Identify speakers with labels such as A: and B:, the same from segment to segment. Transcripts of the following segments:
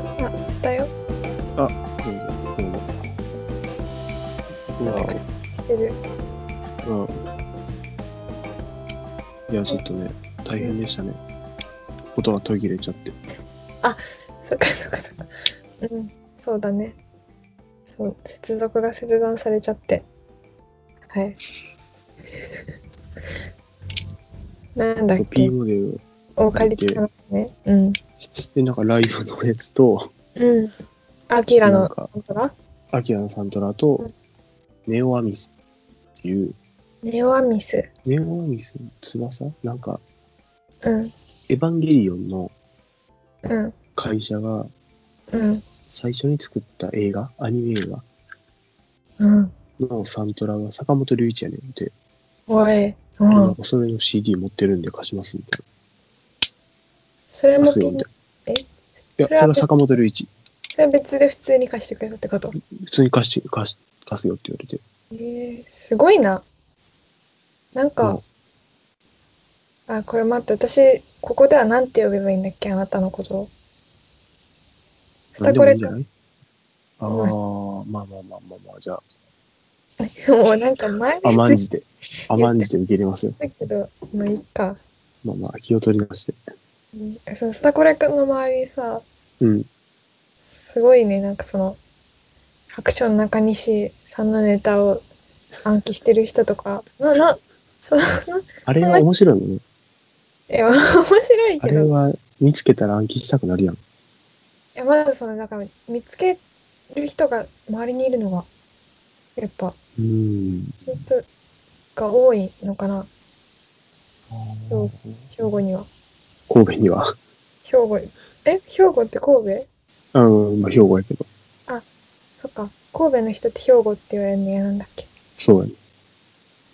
A: たよ。そう
B: どうぞどうぞ
A: だねしてる。
B: うんいや、ちょっとね、大変でしたね。音が途切れちゃって。
A: そっかそっかそっか。うん、そうだね。そう、接続が切断されちゃって。はい。 なんだっ
B: そう、P
A: け
B: モデル。
A: お借りてたのね。うん。
B: で、なんかライブのやつと、
A: うん。アキラ
B: なん
A: の
B: か、
A: 本当だ
B: アキラのサントラと、ネオアミスっていう、
A: ネオアミス。
B: ネオアミスの翼なんか、
A: うん。
B: エヴァンゲリオンの
A: うん。
B: 会社が
A: うん。
B: 最初に作った映画、アニメ映画
A: うん。
B: のサントラが坂本龍一やねんって、
A: おい。う
B: なん
A: ん。
B: かそれの CD 持ってるんで貸しますみたい
A: それ
B: な。
A: も
B: 貸す
A: ピ
B: よみ
A: ン
B: たい。
A: え
B: な。いや、それは坂本龍一。
A: それ別で普通に貸してくれたってこと
B: 普通に貸して、貸し貸すよって言われて。
A: えー、すごいな。なんか、あ、これ待って、私、ここではなんて呼べばいいんだっけ、あなたのことを。ス
B: な
A: タ
B: んで
A: コ
B: もいい
A: レ
B: んじ
A: か
B: ゃ。ないああ、まあまあまあまあまあ、じゃあ、
A: もうなんか前に
B: 甘 ん
A: 言っ
B: じて、甘んじて受け入れますよ。
A: たけど、まあいいか。
B: まあまあ、気を取り直して。
A: うんそのスタコレくんの周りにさ、
B: うん。
A: すごいね、なんかその、ハクション中西さんのネタを暗記してる人とか、な、な、その、
B: あれは面白いよね。
A: え、面白い
B: あ
A: け
B: れ
A: ど、い
B: は見つけたら暗記したくなるやん。
A: やまずその、なんか見つける人が周りにいるのが、やっぱ、
B: うん。
A: そういう人が多いのかな、そう兵庫には。
B: 神戸には。
A: 兵庫、え、兵庫って神戸
B: うん、まあ、兵庫やけど。
A: そっか、神戸の人って兵庫って言われるの嫌なんだっけ。
B: そうやね。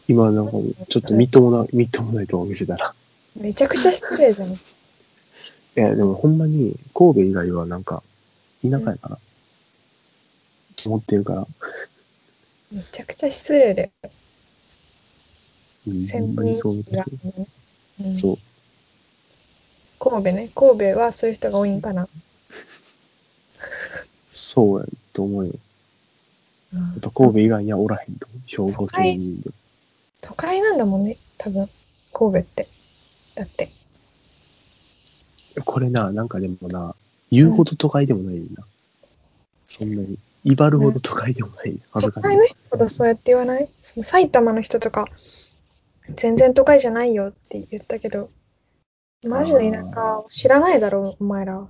B: 今なんか、ちょっとみっともない、みっともないとこ見せたら。
A: めちゃくちゃ失礼じゃん。
B: いや、でもほんまに、神戸以外はなんか、田舎やから。思ってるから。
A: めちゃくちゃ失礼で、
B: うん、ほ
A: 先
B: んま
A: 分
B: に
A: 意
B: そう思っ
A: 識
B: て
A: が
B: る。。
A: うん
B: そう。
A: 神戸ね、神戸はそういう人が多いんかな。
B: そうやと思うよ。やっぱ神戸以外にはおらへんと思う。兵庫県民で。
A: 都会なんだもんね、多分、神戸って。だって。
B: これな、なんかでもな、言うほど都会でもないな。そんなに。威張るほど都会でもない。恥
A: 都
B: ずかしい
A: 会。の人ほどそうやって言わないその埼玉の人とか、全然都会じゃないよって言ったけど、マジの田舎を知らないだろう、お前らは。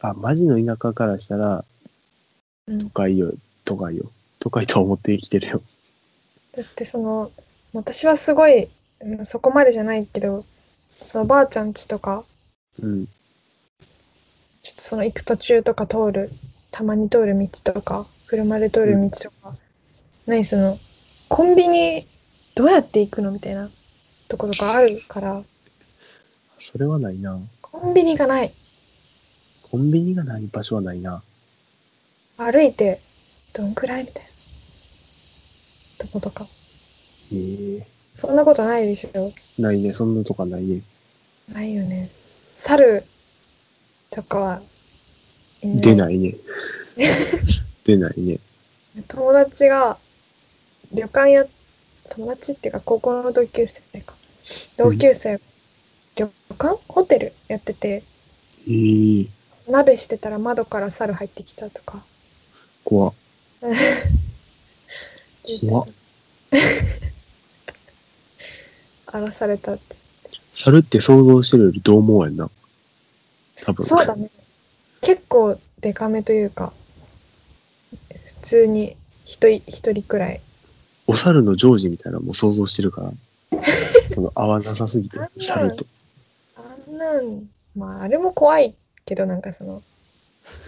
B: あ、マジの田舎からしたら、
A: うん
B: 都会よ、都会よ。都会とは思って生きてるよ。
A: だってその、私はすごい、うんそこまでじゃないけど、そのばあちゃん家とか、
B: うん。
A: ちょっとその行く途中とか通る、たまに通る道とか、車で通る道とか、何その、コンビニどうやって行くのみたいなとことかあるから、
B: それはないな。
A: コンビニがない。
B: コンビニがない場所はないな。
A: 歩いて、どんくらいみたいな。とことか。
B: へえ。
A: そんなことないでしょ。
B: ないね。そんなとこはないね。
A: ないよね。猿とかは、
B: 出
A: い
B: な いね。出ないね。
A: ない。友達が、旅館や、友達っていうか高校の同級生か。同級生、旅館ホテルやってて、
B: へえ。
A: 鍋してたら窓から猿入ってきたとか。
B: 怖っ。怖っ。
A: 荒らされたって。
B: 猿って想像してるよりどう思うやんな。多分。
A: そうだね。結構デカめというか、普通に一人一人くらい。
B: お猿のジョージみたいなのも想像してる から。その合わなさすぎて
A: あん、な
B: 猿と。
A: あんなん、まああれも怖いけど、なんかその、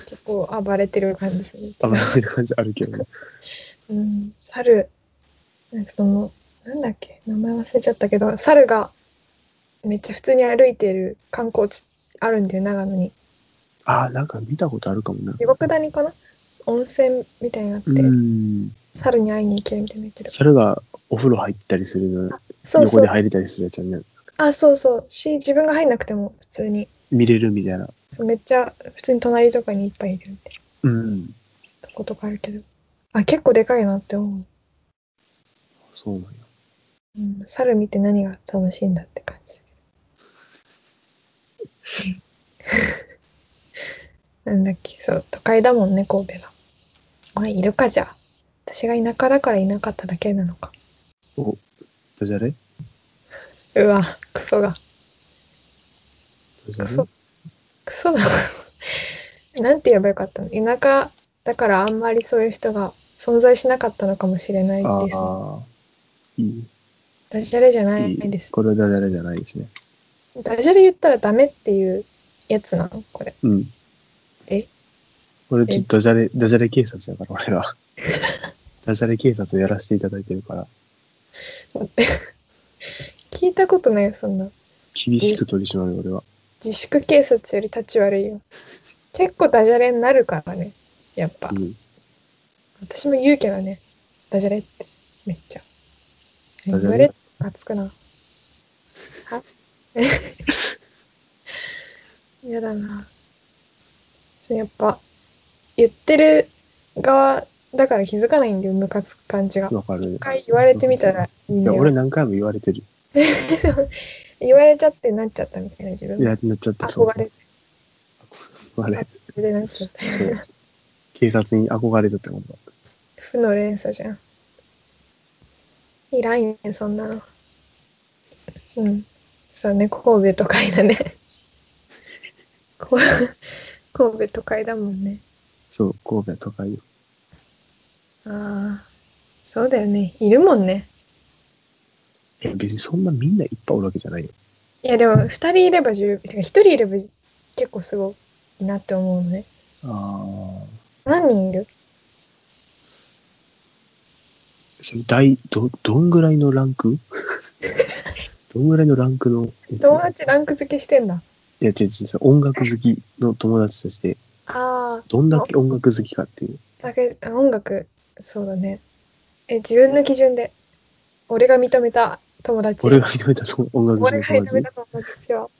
A: 結構暴れてる感じするけ
B: 合
A: ど
B: わ。ない感じあるけどね。
A: うん、猿、なんかその、なんだっけ、名前忘れちゃったけど、猿がめっちゃ普通に歩いてる観光地あるんだよ、長野に。
B: ああ、なんか見たことあるかもな。
A: 地獄谷かな温泉みたいになって、
B: うん。
A: 猿に会いに行けるみたいなのやけど。
B: 猿がお風呂入ったりするの、
A: そう
B: 横
A: そ
B: で
A: う。
B: 入れたりするやつはね、
A: あ、そうそう。し、自分が入んなくても普通に。
B: 見れるみたいな。
A: そうめっちゃ普通に隣とかにいっぱいいるみたい
B: うん。
A: とことかあるけど。あ、結構でかいなって思
B: そうなんや。
A: う。うん、猿見て何が楽しいんだって感じ。うん なんだっけ、そう、都会だもんね、神戸が。お前いるかじゃあ。私が田舎だからいなかっただけなのか。
B: ダジャレ
A: うわ、クソが。
B: ダジ
A: ク
B: ャ
A: ソ。クソだ。 なんて言えばよかったの田舎だからあんまりそういう人が存在しなかったのかもしれないで
B: レ
A: す。
B: ああ。いい。
A: ダジャレじゃない
B: い
A: で
B: い。
A: す。
B: これはダジャレじゃないですね。
A: ダジャレ言ったらダメっていうやつなのこれ。
B: うん。
A: え
B: 俺ちょっとダジャレ、ダジャレ警察だか ら、俺ら。ダジャレ警察をやらせていただいてるから、
A: 聞いたことないよ、そんな。
B: 厳しく取り締まる俺は。
A: 自粛警察より立ち悪いよ。結構ダジャレになるからね。やっぱ
B: う。ん。
A: 私も言うけどね。ダジャレって。めっちゃ。
B: ダ
A: 言
B: ジャ
A: わ
B: レ
A: れあつくな。は やだな。そうやっぱ、言ってる側だから気づかないんだよ、ムカつく感じが。
B: わかる
A: 一。回言われてみたらいいん
B: い
A: だ
B: や、
A: よ
B: 俺何回も言われてる。
A: 言われちゃってなっちゃったみたいな自分
B: いや、なっちゃった。そう
A: 憧れ
B: あれ。
A: でなっちゃった
B: そう警察に憧れたってことだ。
A: 負の連鎖じゃんいらんよねそんなのうんそうね神戸都会だね こ神戸都会だもんね
B: そう、神戸は都会よ。
A: ああそうだよねいるもんね
B: いや別にそんなみんないっぱいおるわけじゃないよ。
A: いやでも2人いれば十てか1人いれば結構すごいなって思うのね
B: ああ。
A: 何人いる
B: その大、ど、どんぐらいのラ ンクどんぐらいのランクの、えっと
A: 友達ランク付けしてんだ
B: いや、違う違う違う、音楽好きの友達として、
A: ああ
B: どんだけ音楽好きかっていう。
A: だけあ音楽そうだねえ自分の基準で俺が認めた友達
B: 俺が認めたそう音楽好き
A: 俺
B: の
A: が
B: 友
A: 認め
B: 達
A: た。友達は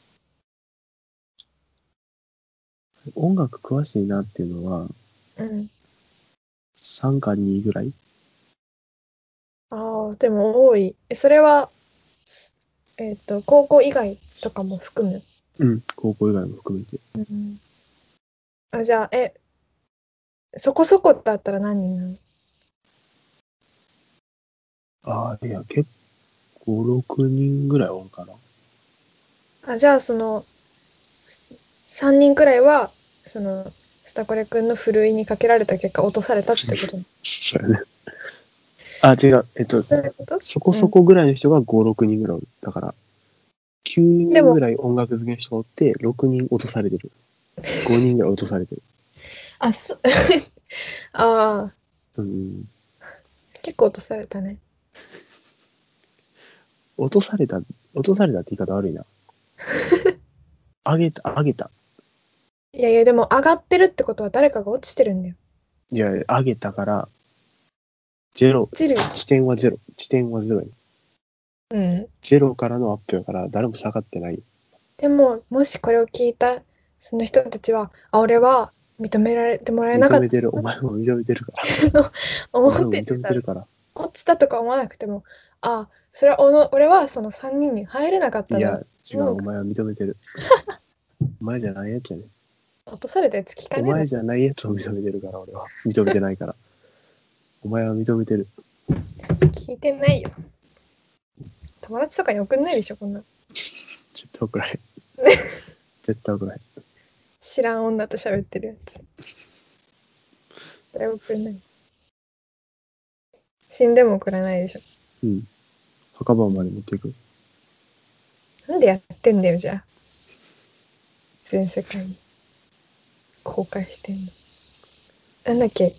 B: 音楽詳しいなっていうのは、
A: うん
B: 3か2ぐらい
A: ああでも多いえそれはえっ、と高校以外とかも含む、
B: うん。高校以外も含めて。
A: うん、あじゃあえそこそこだったら何人なの
B: ああ、いや、結構5、6人ぐらいおるかな。
A: あじゃあその3人くらいはそのスタコレ君のふるいにかけられた結果落とされたってこと
B: そうやね。あ、違う。えっと、
A: そういうこと
B: そこそこぐらいの人が5、6人ぐらいおる。だから、9
A: で
B: 人
A: も
B: ぐらい音楽好きの人がおって、6人落とされてる。5人ぐらい落とされてる。
A: あそ ああ
B: うん。
A: 結構落とされたね。
B: 落とされた、落とされたって言い方悪い な。あげた、あげた。
A: いやいや、でも上がってるってことは誰かが落ちてるんだよ。
B: いや、あげたから、ゼロ。
A: 落ちるよ。
B: 地点はゼロ。地点はゼロや。
A: うん。
B: ゼロからのアップやから、誰も下がってない。
A: でも、もしこれを聞いたその人たちは、あ、俺は認められてもらえなか
B: 認
A: っ
B: めてる。お前も認めてるから。
A: た
B: お
A: 思
B: 前
A: っ
B: も
A: て
B: 認め
A: た
B: てるから。
A: 落ちたとか思わなくても、あ、それはおの俺はその3人に入れなかった
B: い
A: の
B: や。、違う。お前は認 めてる。お前じゃないやつやね。
A: 落とされたやつ聞か
B: お
A: ねえ
B: 前
A: の
B: じゃないやつを認めてるから、俺は。認めてないから。お前は認めてる。
A: 聞いてないよ。友達とかに送んないでしょ、こんな。
B: 絶対怒らへ ん。絶対怒らへん。
A: 知らん女と喋ってるやつ。それ送んない。死んでも送らないでしょ。
B: うん。墓場まで持っていく。
A: なんでやってんだよ、じゃあ。全世界に。公開してんの。なんだっけ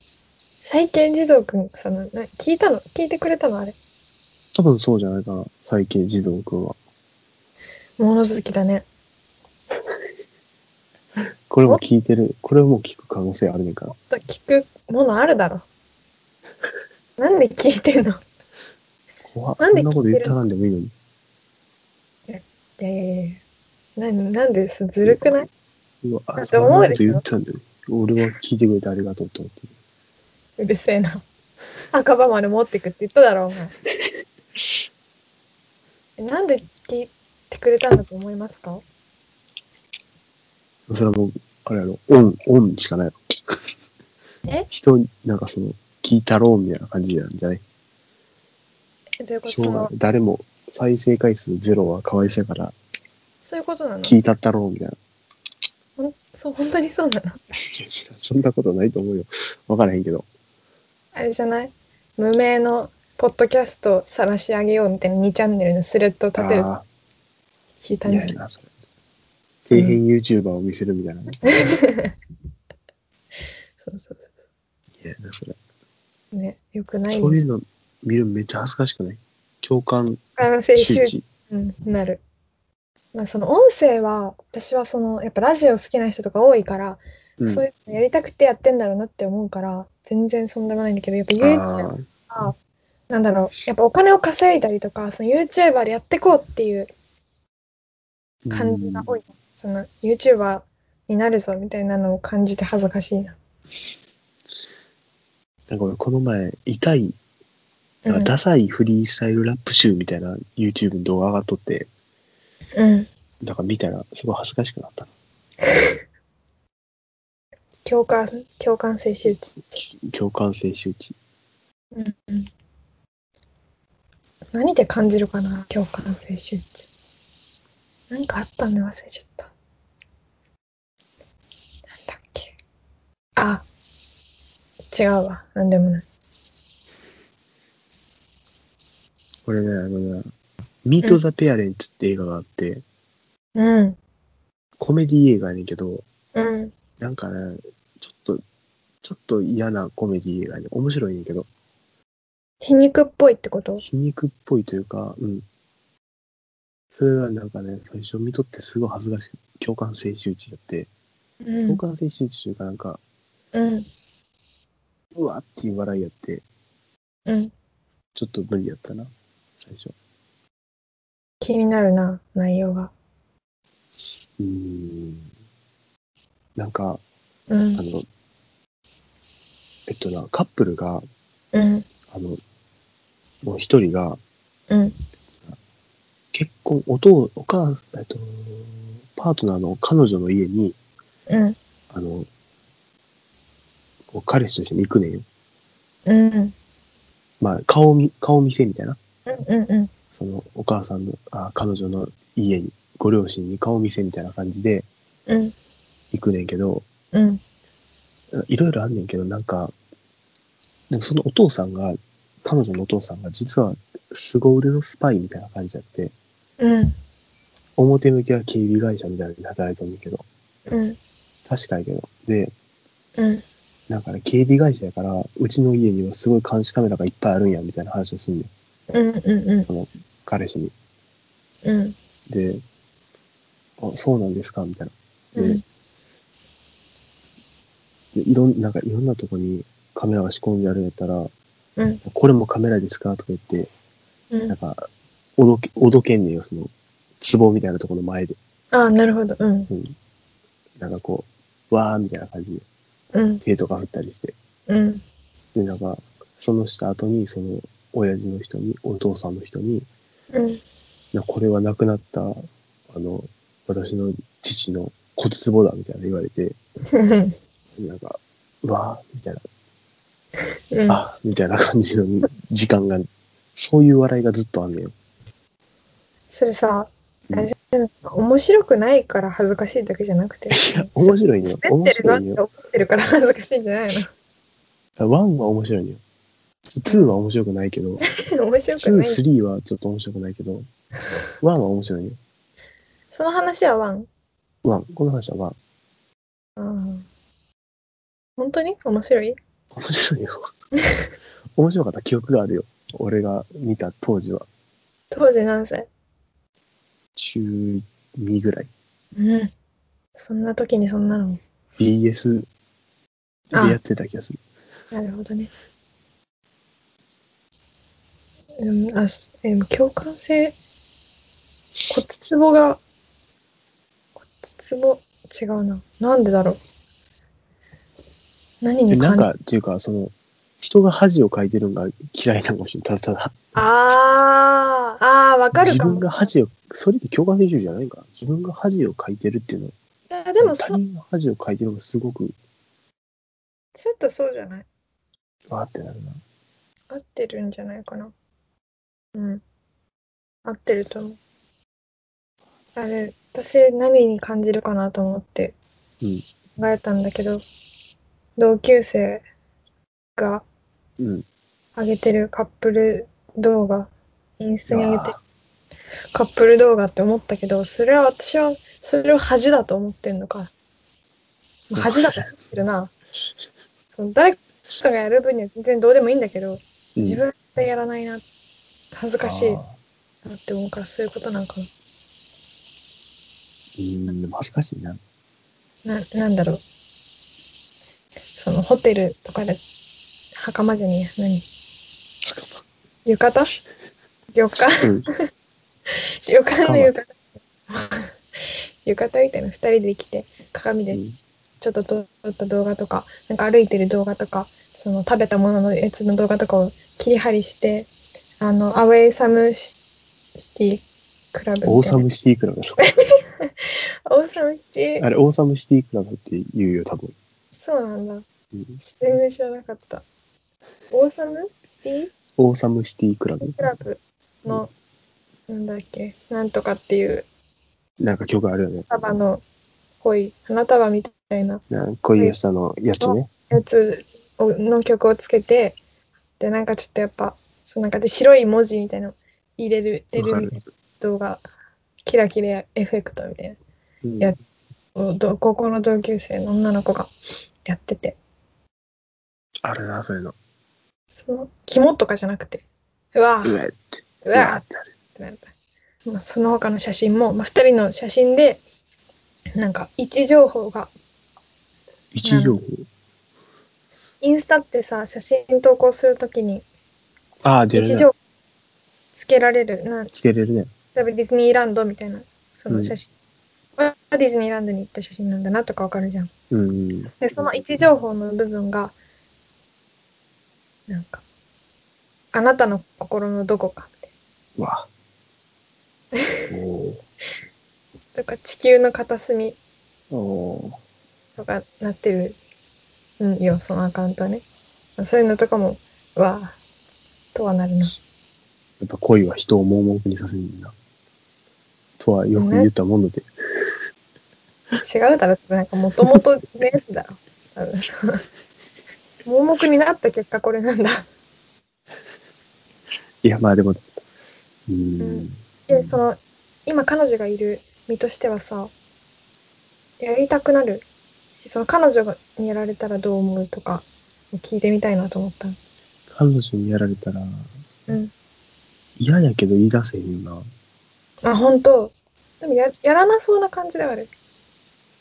A: 最近児童くん、その、な、聞いたの聞いてくれたのあれ。
B: 多分そうじゃないかな。最近、児童くんは。
A: 物好きだね。
B: これも聞いてる。これも聞く可能性あるねんから。
A: と聞くものある だろ。なんで聞いてんのい
B: 怖っ
A: なん
B: そ
A: で
B: んなこと
A: 聞い
B: 言
A: て
B: っ
A: る
B: たらんでもいいのに。
A: やいやいやなんなんで、ずるくない
B: うわ、
A: だ
B: そ
A: と
B: ん
A: 思
B: な
A: う
B: こ
A: で
B: と
A: しょ
B: 言ってたんだよ。俺は聞いてくれてありがとうと思ってる。
A: うるせえな。赤羽丸持ってくって言っただろ、お 前。えなんで聞いてくれたんだと思いますか
B: それはもう、あれやろ、オン、オンしかないの。
A: え
B: 人に、なんかその、聞いたろうみたいな感じなんじゃない
A: えどういうこと
B: しょ
A: そう
B: が
A: の
B: ない。誰も再生回数ゼロはかわいそうやから、
A: そういうことなの
B: 聞いたったろうみたいな。
A: ほんそう、本当にそうなの
B: いやそんなことないと思うよ。わからへんけど。
A: あれじゃない無名のポッドキャスト晒し上げようみたいな2チャンネルのスレッドを立てる
B: あ
A: 聞い
B: あ、
A: たんじゃ
B: 嫌
A: な
B: や
A: い
B: な、それ。底辺 YouTuber を見せるみたいなね。
A: そうそうそ
B: 嫌やな、それ。
A: う。ね、よくない
B: そう
A: よ
B: い。うの見るのめっちゃ恥ずかしくない共感
A: 完成
B: 周
A: 周知
B: 知。
A: うん、なる。まあその音声は私はそのやっぱラジオ好きな人とか多いから、
B: うん。
A: そういうのやりたくてやってんだろうなって思うから全然そんでもないんだけどやっぱ YouTube
B: ああ、
A: なんだろうやっぱお金を稼いだりとかその YouTuber でやってこうっていう感じが多
B: い。
A: い、その YouTuber になるぞみたいなのを感じて恥ずかしいな。
B: なんか俺、この前、痛い、
A: う
B: なんか
A: ん、
B: ダサいフリースタイルラップ集みたいな YouTube の動画上がっとって、
A: うん、
B: だから見たら、すごい恥ずかしくなったな。
A: 共感共感性周知。
B: 共感性周知。
A: うんうん、何で感じるかな共感性周知何かあったんで忘れちゃったなんだっけあ違うわ何でもない
B: 俺ね、あのね、ミート・ザ・ペアレンツって映画があって、
A: うん
B: コメディ映画やねんけど、
A: うん
B: なんかね、ちょっと、ちょっと嫌なコメディ映画で、面白いねんけど、
A: 皮肉っぽいってこと
B: 皮肉っぽいというか、うん。それがなんかね、最初見とってすごい恥ずかしい。共感性周知だって、
A: う
B: 共
A: ん
B: 感性周知というかなんか、
A: うん
B: うわーっていう笑いやって、
A: うん
B: ちょっと無理やったな、最初。
A: 気になるな内容が
B: うーん。なんか、
A: う
B: あ
A: ん
B: の、えっとな、カップルが、
A: うん
B: あの、もう一人が、
A: うん
B: 結婚、お父、お母さん、えっと、パートナーの彼女の家に、
A: うん
B: あの、こう彼氏として行くねんよ。
A: うんうん
B: まあ、顔見、顔見せみたいな。
A: うんうん
B: その、お母さんの、あ彼女の家に、ご両親に顔見せみたいな感じで
A: うん
B: 行くねんけど、
A: うん
B: いろいろあんねんけど、なんか、でもそのお父さんが、彼女のお父さんが実は凄腕のスパイみたいな感じやって、
A: うん
B: 表向きは警備会社みたいに働いてるんだけど、
A: うん
B: 確かやけど。で、
A: うん
B: なんかね、警備会社やから、うちの家にはすごい監視カメラがいっぱいあるんや、みたいな話をすんね
A: うんうん
B: ん。その、彼氏に。
A: うん
B: で、あ、そうなんですかみたいな。
A: うん
B: で、いろん、なんかいろんなとこにカメラが仕込んであるんやったら、
A: うん
B: これもカメラですかとか言って、
A: うん
B: なんか、おどけ、おどけんねんよ、その、壺みたいなところの前で。
A: ああなるほどうん
B: うん。なんかこう、わーみたいな感じで、
A: うん
B: 手とか振ったりして。
A: うん
B: で、なんか、そのした後に、その、親父の人に、お父さんの人に、
A: うん
B: いやこれは亡くなった、あの、私の父の骨壺だ、みたいな言われて、
A: うん
B: なんか、うわーみたいな、
A: うん
B: あみたいな感じの時間が、そういう笑いがずっとあんねんよ。
A: それさ、
B: うん
A: あれじゃないですか面白くないから恥ずかしいだけじゃなくて、
B: 面白いねよ。
A: 滑っ
B: 面
A: てるな
B: 白
A: っ
B: いね
A: て
B: よ。
A: 思ってるから恥ずかしいんじゃない
B: ワンは面白いねよ。ツーは面白くないけど、
A: の 面白
B: ツ
A: く
B: ー、
A: ない。
B: スリーはちょっと面白くないけど、ワンは面白いねよ。
A: その話はワン。
B: ワン、この話はワン。
A: あー本当に面白い
B: 面白 いよ。面白かった記憶があるよ。俺が見た当時は、
A: 当時何歳
B: 中2ぐらい。
A: うん。そんな時にそんなの。
B: BS でやってた気がする。
A: なるほどね。うん、あ、すえでも共感性。骨壺が、骨壺、違うな。なんでだろう。何
B: で
A: に
B: な
A: 感
B: ん
A: じ
B: か、っていうか、その、人が恥をかいてるのが嫌いなのかもしれない。ただた
A: あーあー、わ
B: だ、
A: かる
B: 自
A: か
B: 分
A: も。
B: が恥を、それって共感できるじゃないかな。自分が恥をかいてるっていうの
A: いやでも
B: 他
A: そ、
B: 人が恥をかいてるのがすごく、
A: ちょっとそうじゃない
B: わーってなるな。
A: 合ってるんじゃないかな。うん。合ってると思う。あれ、私何に感じるかなと思って
B: うん
A: 考えたんだけど、同級生が
B: うん。
A: 上げてるカップル動画、インスタに上げてる
B: あ
A: カップル動画って思ったけど、それは私は、それを恥だと思ってんのか。まあ恥だと思ってる な。その誰かがやる分には全然どうでもいいんだけど、
B: ー、
A: 自分がやらないな恥ずかしい
B: あ
A: なって思うからそういうことなんか
B: ーうーん、でも恥ずかしいな。
A: なななんだろうそのホテルとかで袴じゃねえや何浴衣旅館
B: うん。
A: 旅館で浴衣 浴衣みたいな2人で来て鏡でちょっと撮った動画とかなんか歩いてる動画とかその食べたもののやつの動画とかを切り張りしてあのアウェイサムシシティクラブみたいな
B: オーサムシティクラブだろ
A: オーサムシティ
B: あれ、オーサムシティクラブって言うよ、多分。
A: そうなんだ。
B: うん
A: 全然知らなかった。オーサムシテ
B: オーサムシティクラブ
A: ィ。クラブの、なんだっけ、なんとかっていう、
B: なんか曲あるよね。
A: 束の濃い、花束みたいな
B: なんか恋をしたのやつね。
A: やつをの曲をつけて、で、なんかちょっとやっぱ、そうなんかで白い文字みたいなの入れる、出
B: わ
A: る
B: か
A: み
B: る
A: たい。な動画、キラキラエフェクトみたいな
B: うん
A: やをど高校の同級生の女の子がやってて、
B: あるな、そういうの。
A: その、肝とかじゃなくて、うわ
B: う
A: ぁ、
B: わって。
A: うわぁ、
B: てなる。
A: ってなるまあ、その他の写真も、まあ、2人の写真でなんか位置情報が
B: 位置情報。
A: インスタってさ写真投稿するときに
B: ああ、
A: 位
B: 出
A: 置
B: る
A: 情
B: ね。
A: 報つけられるなん例
B: つけれるね。
A: えばディズニーランドみたいなそうの
B: ん
A: 写真は、ディズニーランドに行った写真なんだなとかわかるじゃん。
B: うん。
A: でその位置情報の部分がなんかあなたの心のどこかみたい
B: わ。お
A: なとか地球の片隅
B: ーおー
A: とかなってる、うん、よ、そのアカウントはね。そういうのとかも、わあ、とはなるな。
B: やっぱ恋は人を盲目にさせるんだ。とはよく言ったもので。
A: 違うだろ、なんかもともとのやつだろ。多分盲目になった結果これなんだ。
B: いや、まあでも、うー。
A: うんで、その、今彼女がいる身としてはさ、やりたくなるし、その彼女がにやられたらどう思うとか、聞いてみたいなと思った。
B: 彼女にやられたら、
A: うん。
B: 嫌やけど言い出せへんな。
A: あ、本当でもや、やらなそうな感じではある。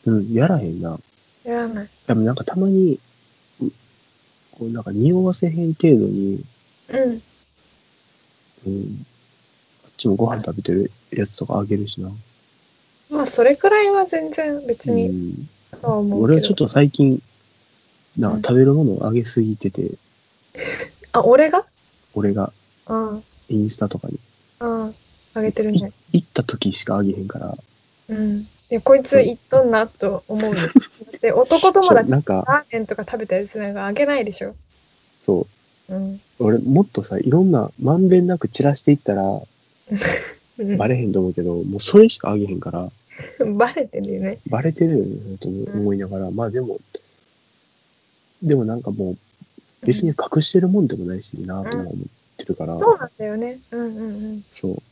B: うん、やらへんな。
A: やらない。
B: でもなんかたまに、うこうなんか匂わせへん程度に、
A: うん。
B: うん、あっちもご飯食べてるやつとかあげるしな。
A: まあ、それくらいは全然別
B: う
A: に
B: ん、
A: とは思うけど。
B: 俺はちょっと最近、な
A: うんん
B: か食べるものをあげすぎてて、
A: あ、俺が
B: 俺が
A: うん。
B: インスタとかに
A: うん。あげてるね。
B: 行った時しかあげへんから、
A: うん。で、こいついっとんなと思うよ。だって男友
B: そう
A: 達
B: なんか、
A: ラーメンとか食べたやつなんかあげないでしょ。
B: そう、
A: うん。
B: 俺もっとさ、いろんな、まんべんなく散らしていったら、
A: うん
B: バレへんと思うけど、もうそれしかあげへんから、
A: バレてるよね。
B: バレてるよね、と思思いながら、まあでも、でもなんかもう、別に隠してるもんでもないしなとは思ってるから、
A: そうなんだよね。うんうんうん。
B: そう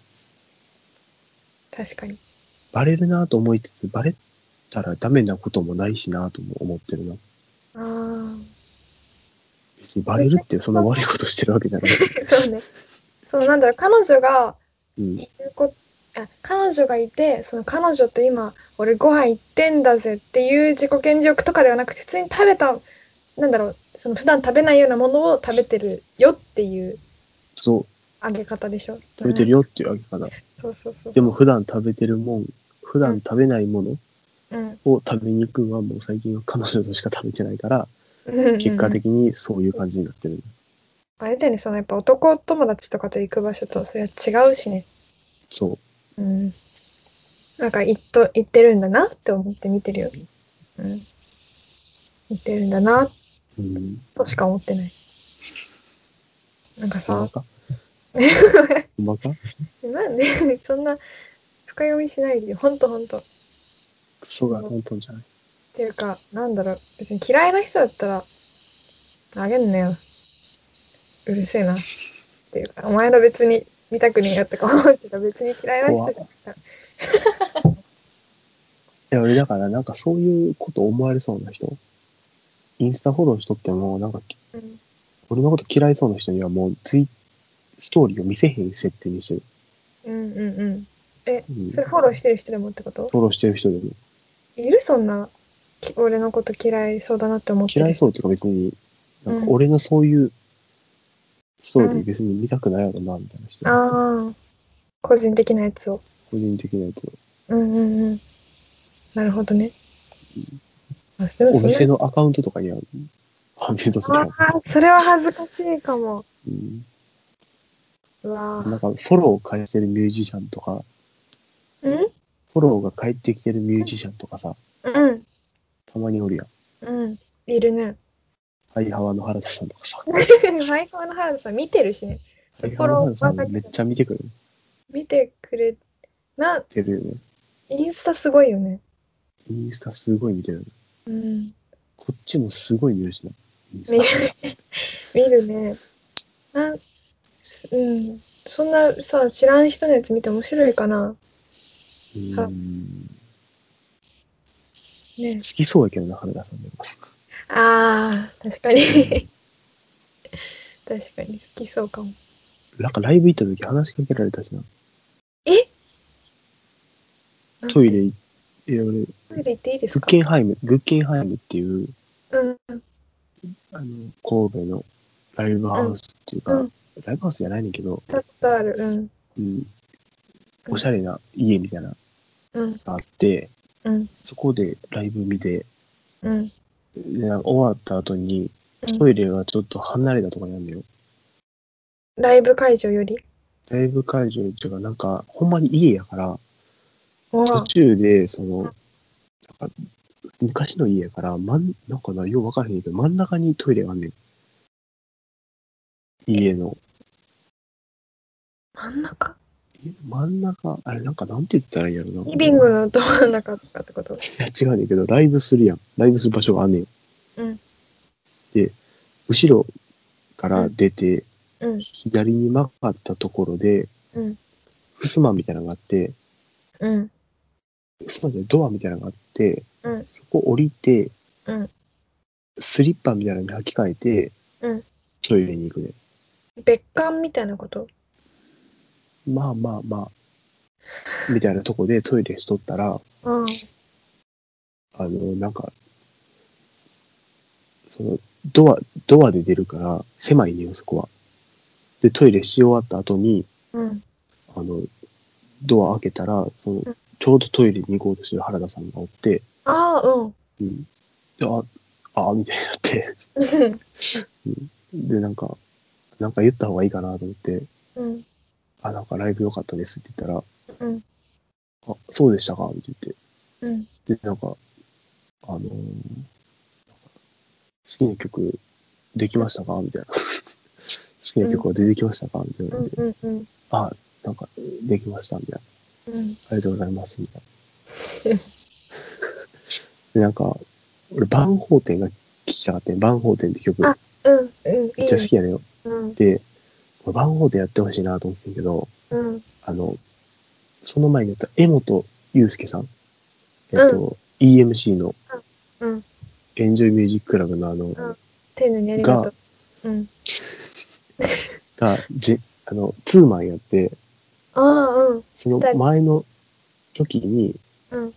A: 確かに。
B: バレるなと思いつつバレたらダメなこともないしなとも思ってるな
A: ああ。
B: 別にバレるってそんな悪いことしてるわけじゃない、
A: そうね。そうなんだろう、彼女が
B: うん、
A: いるこあ彼女がいて、その彼女と今、俺ご飯行ってんだぜっていう自己顕示欲とかではなくて、普通に食べた、なんだろう、その普段食べないようなものを食べてるよっていう
B: そう
A: あげ方でしょ。
B: 食べてる
A: よ。
B: よっていうわけかな
A: そうそうそう。
B: でも、普段食べてるもん普段食べないもの
A: うん、
B: を食べに行くのはもう最近は彼女としか食べてないから、
A: うん
B: 結果
A: うん
B: 的にそういう感じになってる。
A: あれだよね、そのやっぱ男友達とかと行く場所とそれは違うしね。
B: そ
A: う
B: う。
A: ん。なんか行っと、行ってるんだなって思って見てるよ。うん。行ってるんだな
B: うん。
A: としか思ってない。なんか
B: ほんま
A: さ、
B: かほんまか
A: なんで そんな深読みしないでよ。ほんとほんと。っ
B: クソが本当じゃない。
A: ていうか、なんだろう、別に嫌いな人だったら、あげんなよ。うるせえな。っていうか、お前の別に見たくねえよとか思うけど、別に嫌いな人
B: 怖
A: だ
B: い。いや、俺だからなんかそういうこと思われそうな人、インスタフォローしとっても、なんか
A: うん
B: 俺のこと嫌いそうな人にはもうツイ、ストーリーを見せへん設定にして
A: う
B: る。
A: んうんうん。え、
B: うん
A: それフォローしてる人でもってこと
B: フォローしてる人でも。
A: いるそんな、き俺のこと嫌いそうだなって思ってる。
B: 嫌いそうっていうか別に、なんか
A: うん
B: 俺のそういうストー
A: う
B: リー
A: ん
B: 別に見たくないやろな、みたいな人。
A: ああ、個人的なやつを。
B: 個人的なやつ。
A: うんうんうん。なるほどね。あ、でも
B: お
A: それ
B: 店のアカウントとかには、ハンミュートする
A: あ
B: やん
A: あ、それは恥ずかしいかも。
B: うん
A: うわ
B: なんかフォローを返してるミュージシャンとか、
A: ーうん
B: フォローが返ってきてるミュージシャンとかさ、
A: うん。
B: たまにおるやん。
A: うん。いるね。
B: ハイハワの原田さんとかさ。
A: マイコーの原田さん見てるしね。
B: ハ
A: そ
B: イ
A: フ
B: ハ
A: ォ
B: ワの
A: ロ
B: 原田さん
A: ー
B: めっちゃ見てくれ
A: 見てくれ、な、
B: てるよね。
A: インスタすごいよね。
B: インスタすごい見てる。
A: うん。
B: こっちもすごい見るしな。インス
A: 見
B: タ
A: る見るね。なん、すうん。そんなさ、知らん人のやつ見て面白いかな。
B: うん
A: ね
B: 好。きそうやけどな、原田さんでも。
A: ああ、確かに。確かに好きそうかも。
B: なんかライブ行った時話しかけられたしな。
A: なんて
B: トイレ行っ、いや俺、グ
A: トイレ行っていいです
B: ッ
A: か
B: ケンハイム、グッケンハイムっていう、
A: うん。
B: あの、神戸のライブハウスっていうか、
A: うんうん
B: ライブハウスじゃないねんけど、
A: ちょっとある。うん。
B: うん、おしゃれな家みたいなの
A: うん。
B: があって、
A: うん。
B: そこでライブ見て、
A: うん。
B: でなんか終わった後に、
A: うん
B: トイレがちょっと離れたとこにあるのよ。
A: ライブ会場より。
B: ライブ会場っていうか、なんか、ほんまに家やから、
A: わ
B: 途
A: あ。
B: 中で、その、なんか昔の家やから、まん、なんかな、よう分からへんけど、真ん中にトイレがあんねん。家の、
A: 真ん中
B: 家の真ん中、あれ、なんか、なんて言ったらいいんやろな。
A: リビングのど真ん中とかってこと
B: いや、違うねんけど、ライブするやん。ライブする場所があんねん。
A: うん
B: で、後ろから出て、
A: うん。
B: 左に曲がったところで、
A: うん
B: ふすまみたいなのがあって、
A: うん。
B: ふすまじゃないドアみたいなのがあって、
A: うん
B: そこ降りて、
A: うん
B: スリッパみたいなのに履き替えて、
A: うん
B: トイレに行くね。
A: 別館みたいなこと
B: まあまあまあ、みたいなとこでトイレしとったら、
A: うん。
B: あの、なんか、その、ドア、ドアで出るから、狭いねよ、そこは。で、トイレし終わった後に、
A: うん。
B: あの、ドア開けたら、その
A: ん
B: ちょうどトイレに行こうとしてる原田さんがおって、
A: ああ、うん。
B: うん、であ、あ、みたいになって、
A: うん
B: で、なんか、なんか言った方がいいかなと思って、
A: うん。
B: あ、なんかライブ良かったですって言ったら、
A: うん。
B: あ、そうでしたかって言
A: うん。
B: って、で、なんか、あのー好きな曲できましたかみたいな。 好きな曲は出てきましたかみたいな
A: うん
B: で、
A: うんうん。
B: あ、なんかできましたみたいな。
A: うん。
B: ありがとうございます、みたいな。で、なん か、俺、万宝店が聞きたかったね。万宝店って曲、め
A: あうん。うん。い
B: っ
A: い
B: ちゃ好きやねんよ。
A: うん。
B: で、俺万宝店やってほしいなと思ってんけど、
A: うん。
B: あの、その前にやった江本祐介さん、えっと、EMC の、
A: うん。
B: エンジョイミュージッククラブのあの、
A: ん丁寧にありがとう。うん。
B: が、ぜあの、ツーマンやって、
A: ああ、うん。
B: その前の時に、
A: うん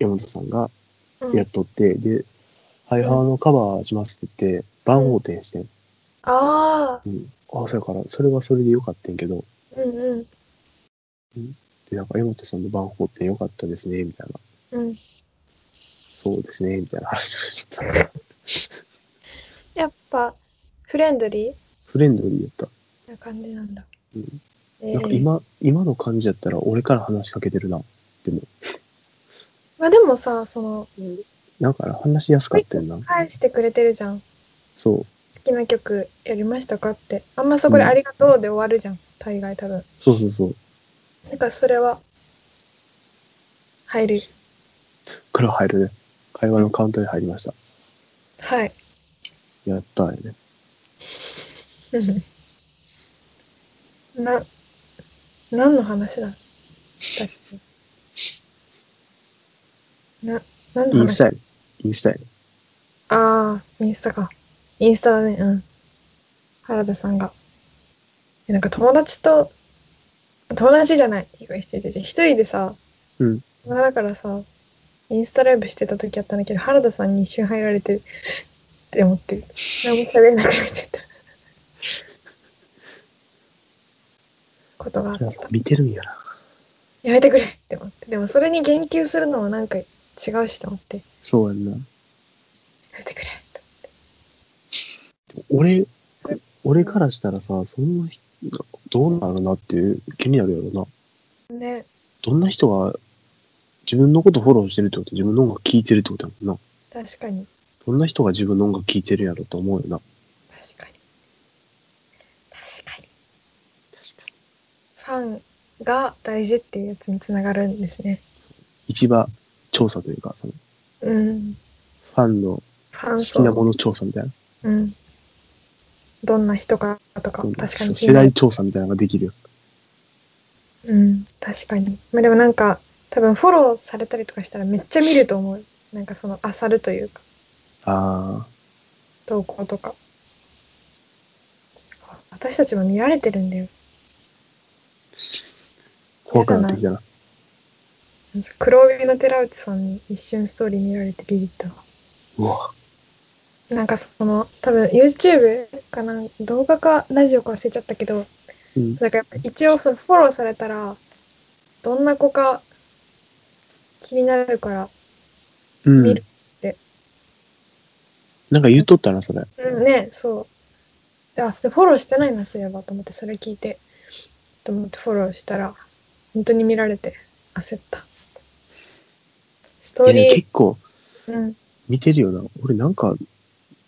B: 江本さんが
A: う
B: やっ
A: ん。
B: とって、で、ハイハーのカバーしますって言って、万宝店してん
A: ああ、
B: うん、あそうやからそれはそれでよかったんやけど
A: うんうん。
B: でなんか江本さんの番号ってよかったですねみたいな
A: うん。
B: そうですね、みたいな話をしちゃった。
A: やっぱフレンドリ
B: フレンドリーやった。
A: ーな感じなんだ。
B: うん
A: え
B: なんか
A: ー
B: 今、今の感じやったら俺から話しかけてるな。
A: まあでもさその
B: だから話しやすかったよな。
A: 返してくれてるじゃん。
B: そう。
A: 好きな曲やりましたかってあんまそこで「ありがとう」で終わるじゃん大概多分。
B: そうそうそう。
A: だからそれは入る。
B: から入るね。会話のカウントに入りました。
A: はい。
B: やったよね。
A: な何の話だ私な何
B: イ
A: の
B: ンス
A: 話
B: タやね。インスタやね。
A: ああインスタかインスタだねうん原田さんがえなんか友達と友達じゃない違う違う違う一人でさ、
B: うん、
A: だからさインスタライブしてた時やったんだけど原田さんに一瞬入られてって思って何も喋れなくなっち ゃったことがあった
B: なんか見てるんやな。
A: やめてくれって思ってでもそれに言及するのもなんか違うしと思ってや
B: そうやんな。
A: めてくれって
B: 俺
A: それ、
B: 俺からしたらさ、そんな人、どうなるなっていう気になるやろな。
A: ね
B: どんな人が自分のことフォローしてるってこと自分の音楽聴いてるってことやもんな。
A: 確かに
B: どんな人が自分の音楽聴いてるやろと思うよな。
A: 確かに確かに
B: 確かに。
A: ファンが大事っていうやつにつながるんですね
B: 市場調査というか、その
A: うん
B: ファンの
A: ファン
B: 好きな
A: 層
B: もの調査みたいな。
A: うんどんな人かとか
B: うん
A: 確か
B: そう
A: に
B: 世代調査みたいなのができるよ。
A: うん確かにまあでもなんか多分フォローされたりとかしたらめっちゃ見ると思うなんかその漁るというか
B: あ
A: 投稿とか私たちも見られてるんだよ
B: あ、怖くなってきたな。
A: 黒帯の寺内さんに一瞬ストーリー見られてビビったわ
B: うわ、
A: なんかその多分 YouTube かな動画かラジオか忘れちゃったけど
B: うん、
A: だから一応そのフォローされたらどんな子か気になるから、
B: うん
A: 見るって。
B: なんか言っとったな、それ。
A: うん、ねそうあでフォローしてないなそういえばと思ってそれ聞いてと思ってフォローしたら本当に見られて焦ったストー
B: いや
A: リ
B: 結構
A: ー、うん、
B: 見てるよな。俺なんか、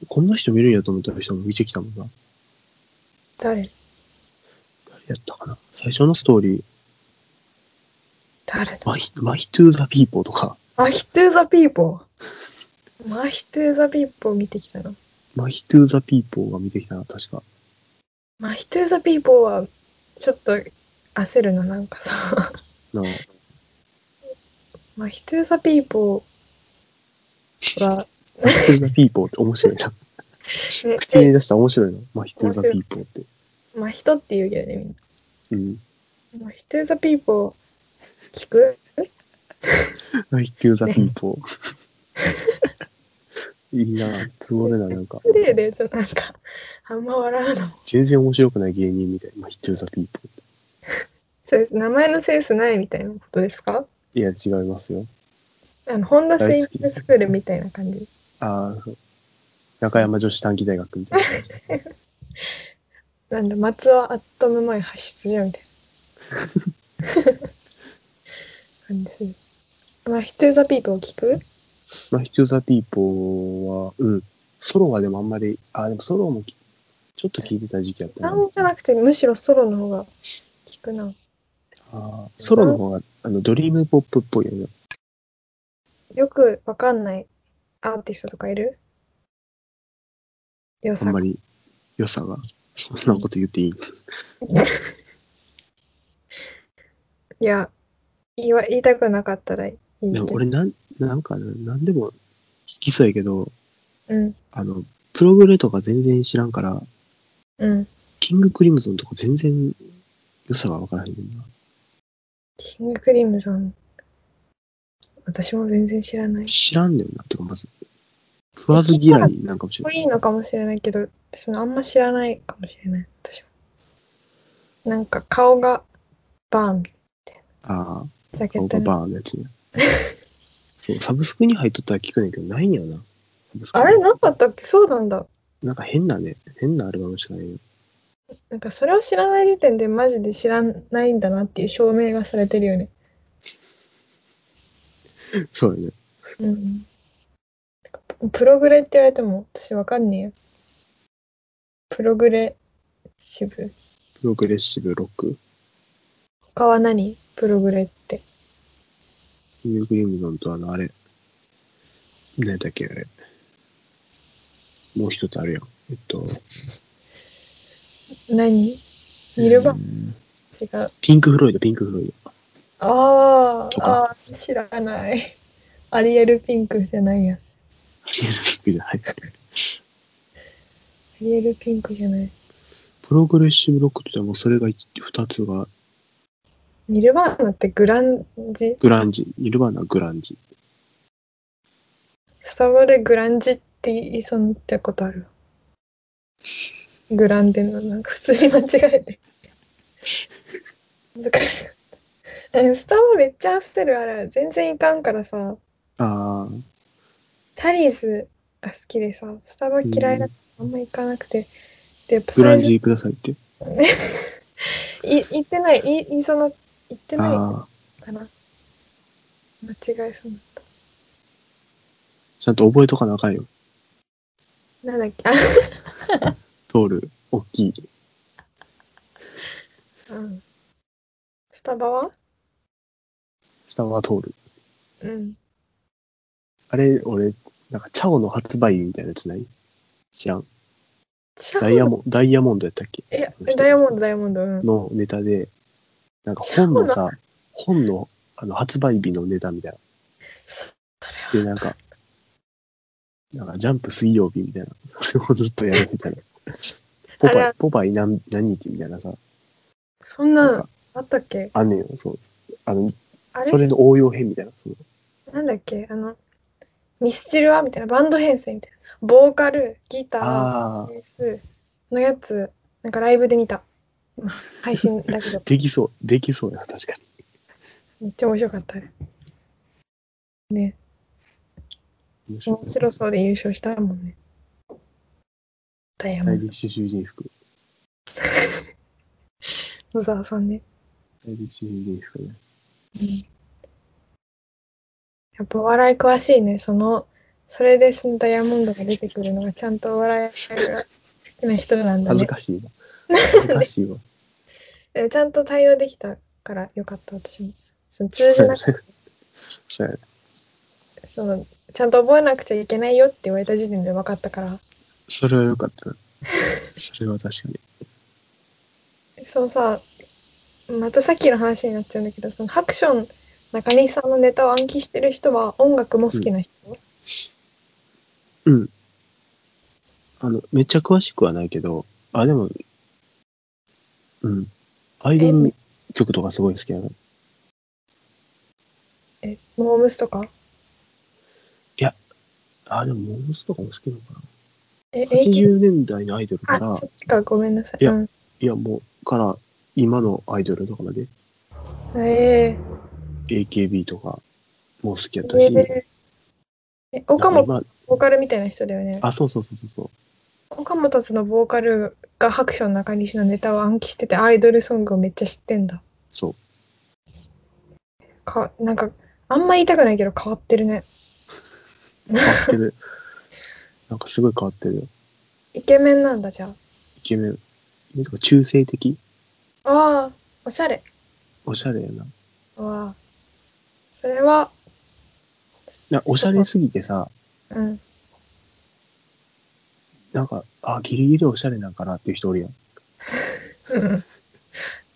B: こんな人見るんやと思った人も見てきたもんな。
A: 誰
B: 誰やったかな。最初のストーリー、
A: 誰だ
B: マヒ、マヒトゥーザピーポーとか、
A: マヒトゥーザピーポーマヒトゥーザピーポー見てきたの
B: マヒトゥーザピーポーが見てきたな、確か。
A: まあ、ヒトゥーザピーポーはちょっと焦るのなんかさ、
B: なあ
A: まあ、ヒトゥーザピーポーは、
B: マヒトゥーザピーポーって面 白いな。
A: ね
B: 口 に出したら面白いな。マヒトゥーザピーポーって。
A: まあ、人って言うけどね、みん
B: うん。
A: な。まあ、ヒトゥーザピーポー聞く
B: マヒトゥーザピーポー。いいな、つぼれな、なんか。
A: 失礼で、ちょっとなんか、あんま笑うの。
B: 全然面白くない芸人みたい。マヒトゥーザピーポーって。
A: そうです。名前のセンスないみたいなことですか
B: いや、違いますよ。
A: あの、ホンダスイ
B: 大好
A: ン
B: き
A: グスクールみたいな感じ。
B: ああ、そう中山女子短期大学みたいな感じ。
A: なんだ、松はアットム前発出所みたい な。感じする。まあ、ヒトゥーザピーポー聞く
B: マヒトゥーザピーポーは、うん。ソロはでもあんまり、あ、でもソロもきちょっと聞いてた時期やったな。
A: なんじゃなくてむしろソロの方が聞くな
B: あーソロの方が、あの、ドリームポップっぽいよね。
A: よくわかんないアーティストとかいるよ
B: あ
A: さ
B: んまり良さが。そんなこと言っていい。
A: いや言わ言いたくなかったらいい
B: で
A: け
B: も
A: ど
B: 俺なん、なんかな、なんでも聞きそうやけど、
A: うん
B: あの、プログレとか全然知らんから、
A: うん
B: キングクリムゾンとか全然良さがわからへんねんな。
A: キングクリムゾン私も全然知らないか
B: 知らんねんな。てか、まず、食わず嫌いなんかもし
A: っ
B: れ
A: こ
B: ない。
A: いいのかもしれないけどそのあんま知らないかもしれない私もなんか顔がバーン
B: ああ、
A: ジャケッ
B: オーバ
A: ト
B: ー
A: に
B: バーンのやつね。そう、サブスクに入っとったら聞くねんけど、ないんやな。サブスク
A: あれなかったっけそうなんだ。
B: なんか変なね、変なアルバムしかないよ。
A: なんかそれを知らない時点でマジで知らないんだなっていう証明がされてるよね。
B: そうよね。
A: うん。プログレって言われても私わかんねえよ。プログレッシブ。
B: プログレッシブロック。
A: 他は何プログレって。
B: ニューグリムゾンとあの、あれ。何やったっけ、あれ。もう一つあるやん。えっと。
A: 何ニルバー
B: う
A: ン
B: ん
A: 違う。
B: ピンクフロイド、ピンクフロイド。
A: あ
B: と
A: ー
B: か
A: あー、知らない。アリエルピンクじゃないや。ア
B: アリエルピンクじゃない。
A: リエルピンクじゃない。
B: プログレッシブロックって言ったらもうそれが一二つが
A: ニルバーナってグランジ
B: グランジ。ニルバーナグランジ。
A: スタバでグランジって言いそうになったことあるわ。グランデのなんか普通に間違えて。難しかったえスタバめっちゃ焦るあれ全然いかんからさ
B: ああ、
A: タリーズが好きでさスタバ嫌いだからあんま行かなくて、でやっぱ
B: グラ
A: 最
B: ン
A: 初
B: ジくださいって。
A: い行ってないい言いそうな行ってない
B: ああ、
A: かな間違えそうな
B: ちゃんと覚えとかなあかんよ。
A: なんだっけあ
B: 通る、大きい。
A: うんスタバは
B: スタバは通る。
A: うん
B: あれ、俺、なんか、チャオの発売日みたいなやつない知らん。ダイ
A: ン
B: ヤ
A: ド
B: モンダイヤモンドやったっけ
A: えダイヤモンドダイヤモンドうん
B: のネタで、なんか本の
A: チャ
B: さ、本のあの発売日のネタみたい
A: そ
B: な。で、なんか、なんか、ジャンプ水曜日みたいな。それをずっとやるみたいな。ポ
A: あ
B: パ
A: ら
B: イ、ポパイ何何日みたいなさ、
A: そん
B: な
A: なんの
B: か、
A: あったっけ
B: あんねんよ。そう。あの、
A: あ
B: それ
A: れ
B: の応用編みたいな。そう
A: なんだっけあの、ミスチルはみたいな、バンド編成みたいな。ボーカル、ギター、
B: ああ、、
A: ベースのやつ、なんかライブで見た。今配信だけど
B: できそう、できそうやな、確かに。
A: めっちゃ面白かった。あれね、
B: 面白い
A: 面白そうで優勝したもんね。ダイヤモ
B: 大
A: ンド
B: 力士囚人服。
A: 野沢さんね。
B: 大力士囚人服ね。
A: うんやっぱお笑い詳しいね。その、それでそのダイヤモンドが出てくるのがちゃんとお笑いが好きな人なんだ
B: 恥ず
A: ね。
B: かしいわ。恥ずかしいわ。
A: えちゃんと対応できたからよかった、私も。 その通じなくて、
B: そうやね
A: その、ちゃんと覚えなくちゃいけないよって言われた時点で分かったから。
B: それは良かったな。それは確かに。
A: そのさ、またさっきの話になっちゃうんだけど、そのハクション、中西さんのネタを暗記してる人は音楽も好きな人、
B: あの、めっちゃ詳しくはないけど、あ、でも、うん。アイドル曲とかすごい好きやな。い
A: え、モームスとか
B: あ、でも、モームスとかも好きなのか
A: え、
B: な。
A: 80
B: 80年代のアイドルから
A: あ、、そっちか、ごめんなさい。
B: いや
A: うん、
B: いや、もう、から、今のアイドルとかまで、
A: え
B: AKB とかも好きやった
A: ー、
B: し、
A: えー、え岡
B: なん
A: 本
B: か今
A: ボーカルみたいな人だよね。
B: あ、そうそうそうそうそう。
A: 岡本つのボーカルがハクション中西のネタを暗記しててアイドルソングをめっちゃ知ってんだ。
B: そう。
A: かなんかあんま言いたくないけど変わってるね
B: 変わっ てる。なんかすごい変わってるよ。
A: イケメンなんだじゃあ
B: イケメン。なんか中性的
A: あーおしゃれ
B: おしゃれやな。
A: わあそれは
B: なおしゃれすぎてさ、
A: うん
B: なんか、あ、ギリギリおしゃれなんかなっていう人おるやん。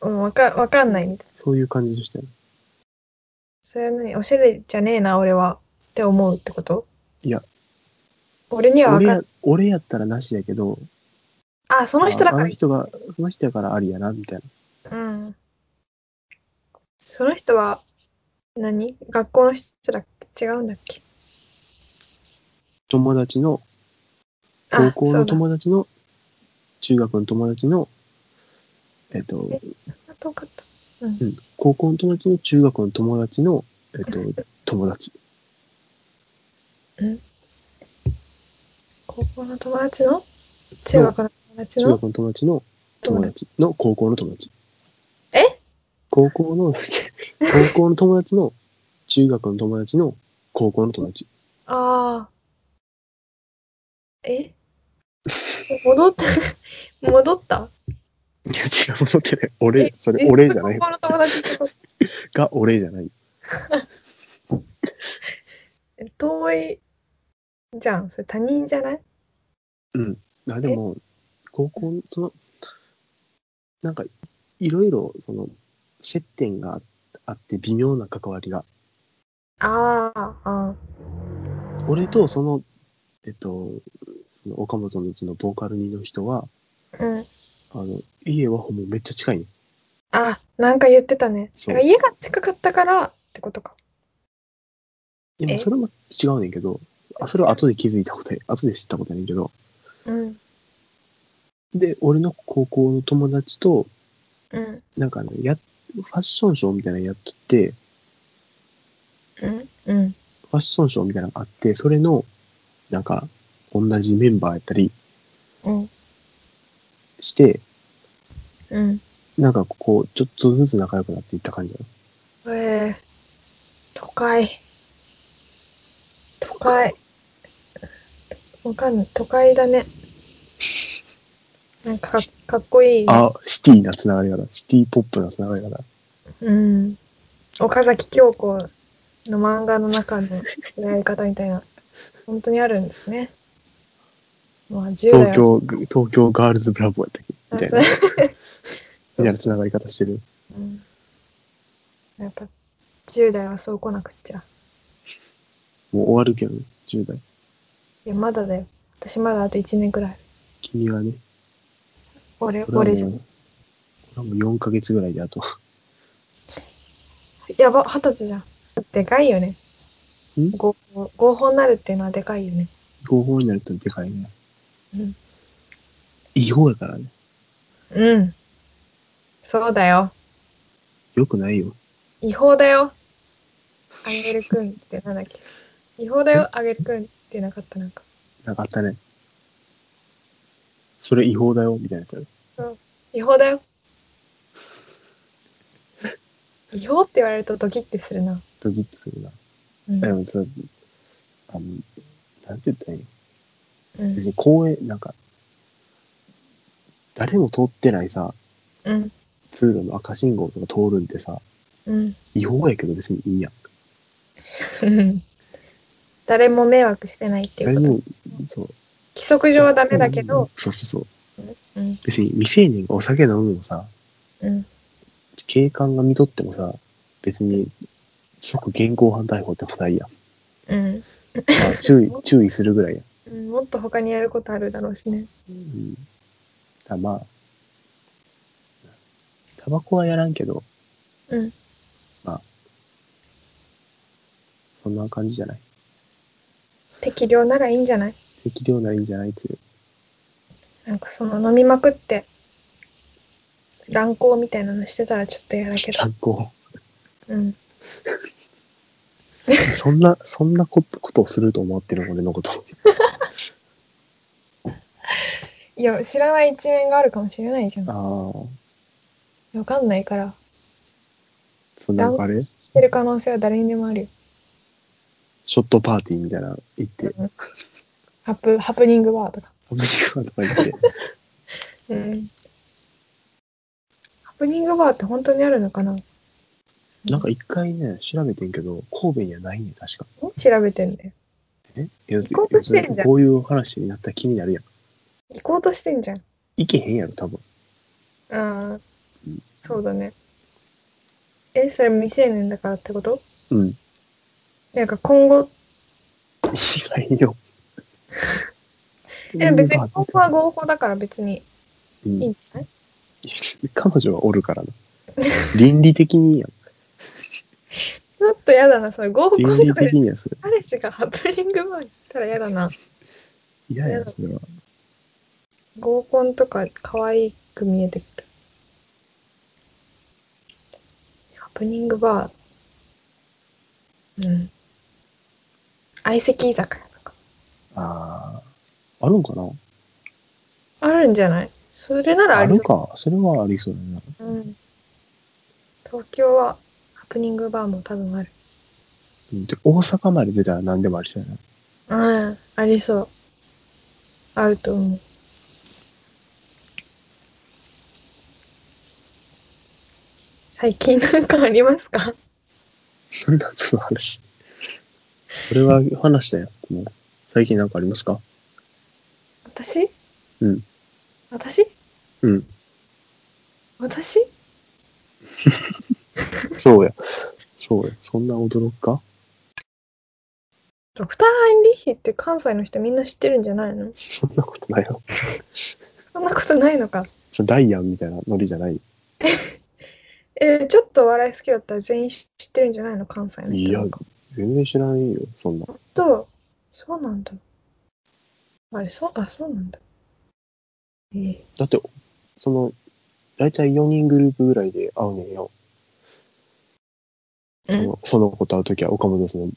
A: うんわかわかんないみたい
B: そういう感じの人やん。
A: それは何おしゃれじゃねえな俺はって思うってこと
B: いや
A: 俺にはわ
B: 俺
A: か
B: や
A: ん
B: 俺やったらなしやけど、
A: あそ
B: あ
A: の人だか
B: あ
A: ら
B: の人が、その人やからありやな、みたいな。
A: うんその人は何学校の人だっけ違うんだっけ
B: 友達の、
A: あ
B: 高校
A: そう
B: の
A: だ
B: 友達の、中学の友達の、えっと
A: え、そんな遠かった
B: うん、高校の友達の中学の友達の、えっと、友達。
A: 高校の友達の中学の友達
B: 中
A: の
B: 学の友達の友達の高校の友達。
A: え
B: 高校の、 高校の友達の中学の友達の高校の友達。
A: ああ。え戻って、 戻った
B: いや、違う、戻ってない。俺
A: え、
B: それ、俺じゃない。
A: 高校の友達ってこと
B: が俺じゃない。
A: え遠いじゃん。それ他人じゃない
B: あでも高校のそのなんかいろいろその接点がああって微妙な関わりが
A: ああ、あ
B: 俺とそのえっとその岡本のうちのボーカル2の人は
A: あ、うん。
B: あの家はほんまめっちゃ近いね
A: あ、なんか言ってたね。
B: そう
A: だから家が近かったからってことか。
B: いや
A: え
B: それも違うねんけどあそれは後で気づいたことや後で知ったことやねんけど
A: うん、
B: で俺の高校の友達と
A: うん、
B: なんかねやファッションショーみたいなのやっとって
A: うん、うん。
B: ファッションショーみたいなのがあってそれのなんか同じメンバーやったり
A: うん、
B: して、
A: うん。
B: なんかこう、ちょっとずつ仲良くなっていった感じだな
A: えー、都会。都会。わかんない。都会だね。なんかかかっこいいね、
B: あ、シティなつながりだな。シティポップなつながりだな。
A: うん。岡崎京子の漫画の中のやり方みたいな。本当にあるんですね。まあ、10代は
B: 東京、東京ガールズブラボーやったっけみたいな。
A: そう
B: みたいなつながり方してる。
A: うんやっぱ10代はそう来なくっちゃ。
B: もう終わるけどね、10代。
A: いや、まだだよ。私まだあと1年くらい。
B: 君はね、
A: 俺、
B: 俺
A: 俺
B: は
A: じゃ
B: も
A: ん。
B: う、俺はもう4ヶ月ぐらいであと。
A: やば、二十歳じゃん。でかいよね。
B: ん
A: 合法合法になるっていうのはでかいよね。
B: 合法になるとでかいね。
A: うん。
B: 違法やからね。
A: うん。そうだよ。
B: よくないよ。
A: 違法だよ。あげるくんってなんだっけ。違法だよ、あげるくんってなかったなんか。
B: なんかあったね。それ違法だよ、みたいなやつやね。
A: 違法だよ。違法って言われるとドキッてするな。
B: ドキッとするな。
A: うん。
B: で
A: うん
B: もそれあの、なんて言ったらいいの別に公園、なんか、誰も通ってないさ、
A: うん。
B: 通路の赤信号とか通るんでさ、
A: うん。
B: 違法やけど別にいいやん。
A: うん誰も迷惑してないっていう
B: 誰
A: こと。
B: も、そう。
A: 規則上はダメだけど、。
B: そうそうそう。
A: うん。
B: 別に未成年がお酒飲むのさ、
A: うん。
B: 警官が見とってもさ、別に即現行犯逮捕ってことないやん。
A: うん。
B: まあ、 注意、注意するぐらいやん。
A: うん、もっと他にやることあるだろうしね。
B: うん。だからまあ、タバコはやらんけど、
A: うん。
B: そんな感じじゃない。
A: 適量ならいいんじゃない
B: 適量ないんじゃないっていう。
A: なんかその飲みまくって、乱行みたいなのしてたらちょっと嫌だけど。
B: 参考。
A: うん。
B: そんな、そんなことことをすると思ってる俺 のこと。
A: いや、知らない一面があるかもしれないじゃん。
B: ああ、
A: わかんないから。
B: そんなんかあれシ
A: してる可能性は誰にでもあるよ。
B: ョットパーティーみたいな行って、
A: うんハプ、ハプニングバーとか。
B: アメリカとか行って、
A: うん。ハプニングバーって本当にあるのかな
B: なんか一回ね、調べてんけど、神戸にはないね、確か。
A: 調べてんだよ。
B: えいや
A: 行こうとしてんじゃん
B: いやこういう話になったら気になるやん。
A: 行こうとしてんじゃん。
B: 行けへんやろ、多分。
A: ああ、そうだね。え、それ未成年だからってこと
B: うん。意
A: なんか今後、
B: 外よ。
A: え別に合法は合法だから別に
B: う
A: いいん
B: ん
A: じゃない
B: 彼女はおるからな。倫理的 にやん。
A: ちょっとやだな、それ合コン
B: 倫理
A: とか
B: 的
A: で
B: にはそれ。
A: 彼氏がハプニングバー行ったらやだな。
B: 嫌やん、それは。
A: 合コンとか可愛く見えてくる。ハプニングバー。うん。相席居酒屋とか
B: ああ。あるんかな
A: あるんじゃないそれなら
B: あ
A: あり
B: る
A: そう
B: か。それはありそうだな。
A: うん、東京はハプニングバーも多分ある
B: うんで、大阪まで出たら何でもありそうやな。
A: うんありそうあると思う最近なんかありますか
B: なんだ、その話。これは話だよ。もう最近なんかありますか
A: 私
B: うん
A: 私
B: うん。
A: 私
B: そうや。そうや。そんな驚くか
A: ドクター・ハインリッヒって関西の人みんな知ってるんじゃないの
B: そんなことないよ。
A: そんなことないのか
B: そのダイアンみたいなノリじゃない。
A: えーちょっとお笑い好きだったら全員知ってるんじゃないの関西の人
B: いや
A: なんか
B: 全然知らないよ、そんな。
A: とそうなんだあれそうあそうなんだえー
B: だって、その、だいたい4人グループぐらいで会うねんよ。そのその子と会うときは、岡本さんの